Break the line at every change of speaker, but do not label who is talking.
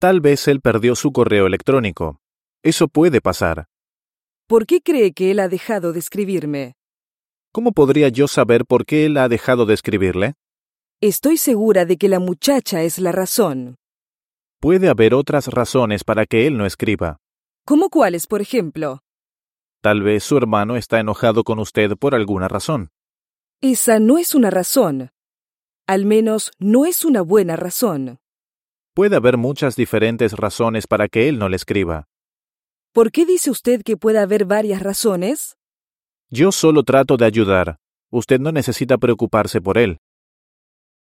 Tal vez él perdió su correo electrónico. Eso puede pasar.
¿Por qué cree que él ha dejado de escribirme?
¿Cómo podría yo saber por qué él ha dejado de escribirle?
Estoy segura de que la muchacha es la razón.
Puede haber otras razones para que él no escriba.
¿Cómo cuáles, por ejemplo?
Tal vez su hermano está enojado con usted por alguna razón.
Esa no es una razón. Al menos no es una buena razón.
Puede haber muchas diferentes razones para que él no le escriba.
¿Por qué dice usted que puede haber varias razones?
Yo solo trato de ayudar. Usted no necesita preocuparse por él.